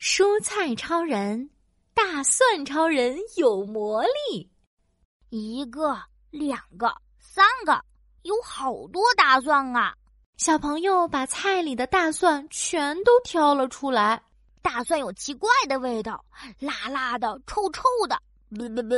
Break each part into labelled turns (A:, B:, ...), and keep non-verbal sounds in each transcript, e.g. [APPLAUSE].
A: 蔬菜超人、大蒜超人有魔力。
B: 一个、两个、三个，有好多大蒜啊！
A: 小朋友把菜里的大蒜全都挑了出来。
B: 大蒜有奇怪的味道，辣辣的、臭臭的，不不不，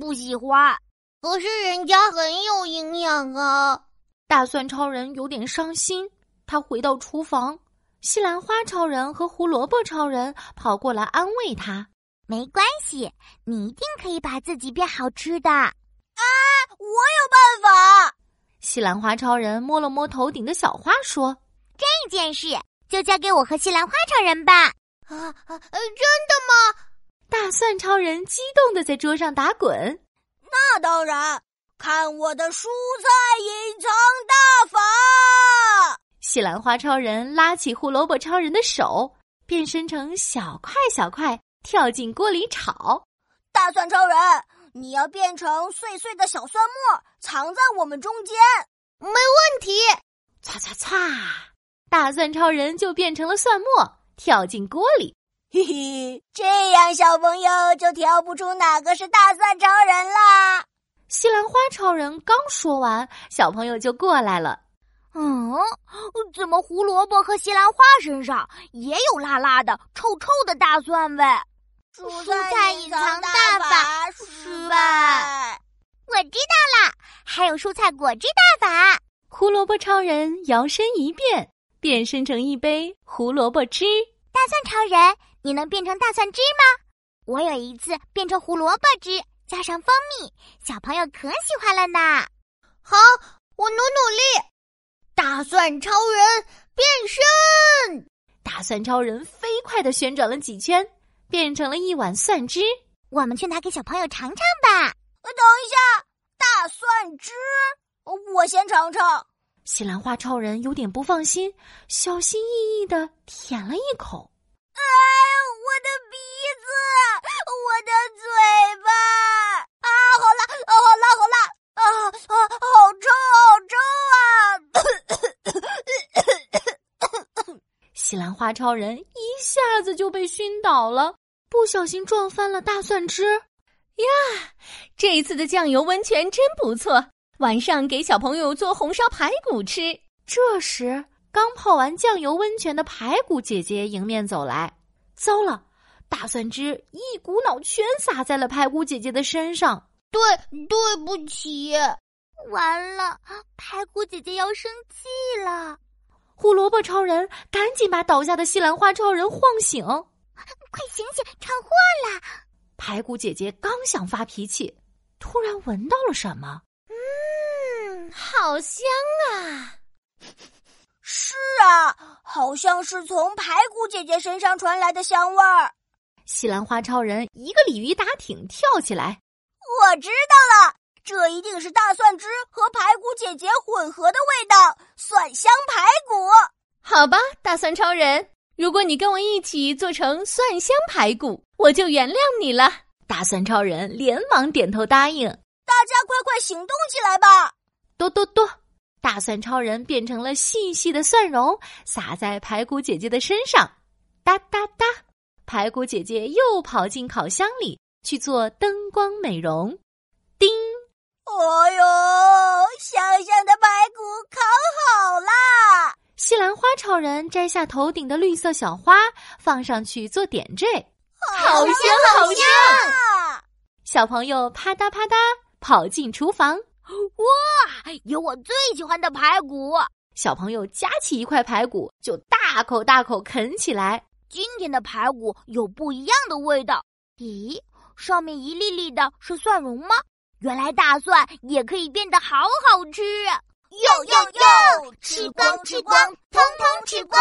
B: 不喜欢。
C: 可是人家很有营养啊！
A: 大蒜超人有点伤心，他回到厨房。西兰花超人和胡萝卜超人跑过来安慰他：“
D: 没关系，你一定可以把自己变好吃的。”
C: 啊，我有办法！
A: 西兰花超人摸了摸头顶的小花，说：“
D: 这件事就交给我和西兰花超人吧。
C: 啊”啊啊！真的吗？
A: 大蒜超人激动的在桌上打滚。
C: 那当然，看我的蔬菜隐藏大法！
A: 西兰花超人拉起胡萝卜超人的手，变身成小块小块，跳进锅里炒。
C: 大蒜超人，你要变成碎碎的小蒜末，藏在我们中间。
B: 没问题。
A: 唰唰唰，大蒜超人就变成了蒜末，跳进锅里。
C: 嘿嘿，这样小朋友就挑不出哪个是大蒜超人啦。
A: 西兰花超人刚说完，小朋友就过来了。
B: 嗯，怎么胡萝卜和西兰花身上也有辣辣的、臭臭的大蒜味？
C: 蔬菜隐藏大法失败。
D: 我知道啦，还有蔬菜果汁大法。
A: 胡萝卜超人摇身一变，变身成一杯胡萝卜汁。
D: 大蒜超人，你能变成大蒜汁吗？我有一次变成胡萝卜汁，加上蜂蜜，小朋友可喜欢了呢。
C: 好，我努努力。大蒜超人变身！
A: 大蒜超人飞快的旋转了几圈，变成了一碗蒜汁。
D: 我们去拿给小朋友尝尝吧。
C: 呃等一下，大蒜汁，我先尝尝。
A: 西兰花超人有点不放心，小心翼翼的舔了一口。
C: 哎，我的鼻子，我的嘴巴！啊，好辣，啊，好辣，好辣！啊啊，好臭，好臭！
A: 西兰花超人一下子就被熏倒了，不小心撞翻了大蒜汁。
E: 呀，这一次的酱油温泉真不错，晚上给小朋友做红烧排骨吃。
A: 这时，刚泡完酱油温泉的排骨姐姐迎面走来，糟了，大蒜汁一股脑全洒在了排骨姐姐的身上。
C: 对，对不起，
D: 完了，排骨姐姐要生气了。
A: 胡萝卜超人赶紧把倒下的西兰花超人晃醒，
D: 快醒醒，闯祸啦！
A: 排骨姐姐刚想发脾气，突然闻到了什么，
E: 嗯，好香啊！
C: [LAUGHS] 是啊，好像是从排骨姐姐身上传来的香味儿。
A: 西兰花超人一个鲤鱼打挺跳起来，
C: 我知道了。这一定是大蒜汁和排骨姐姐混合的味道，蒜香排骨。
E: 好吧，大蒜超人，如果你跟我一起做成蒜香排骨，我就原谅你了。
A: 大蒜超人连忙点头答应。
C: 大家快快行动起来吧！
A: 哆哆哆，大蒜超人变成了细细的蒜蓉，撒在排骨姐姐的身上。哒哒哒，排骨姐姐又跑进烤箱里去做灯光美容。叮。
C: 哦哟，香香的排骨烤好啦！
A: 西兰花超人摘下头顶的绿色小花，放上去做点缀，
E: 好香好香！
A: 小朋友啪嗒啪嗒跑进厨房，
B: 哇，哎有我最喜欢的排骨！
A: 小朋友夹起一块排骨就大口大口啃起来。
B: 今天的排骨有不一样的味道，咦，上面一粒粒的是蒜蓉吗？原来大蒜也可以变得好好吃，啊
C: 哟哟哟！吃光吃光，通通吃光！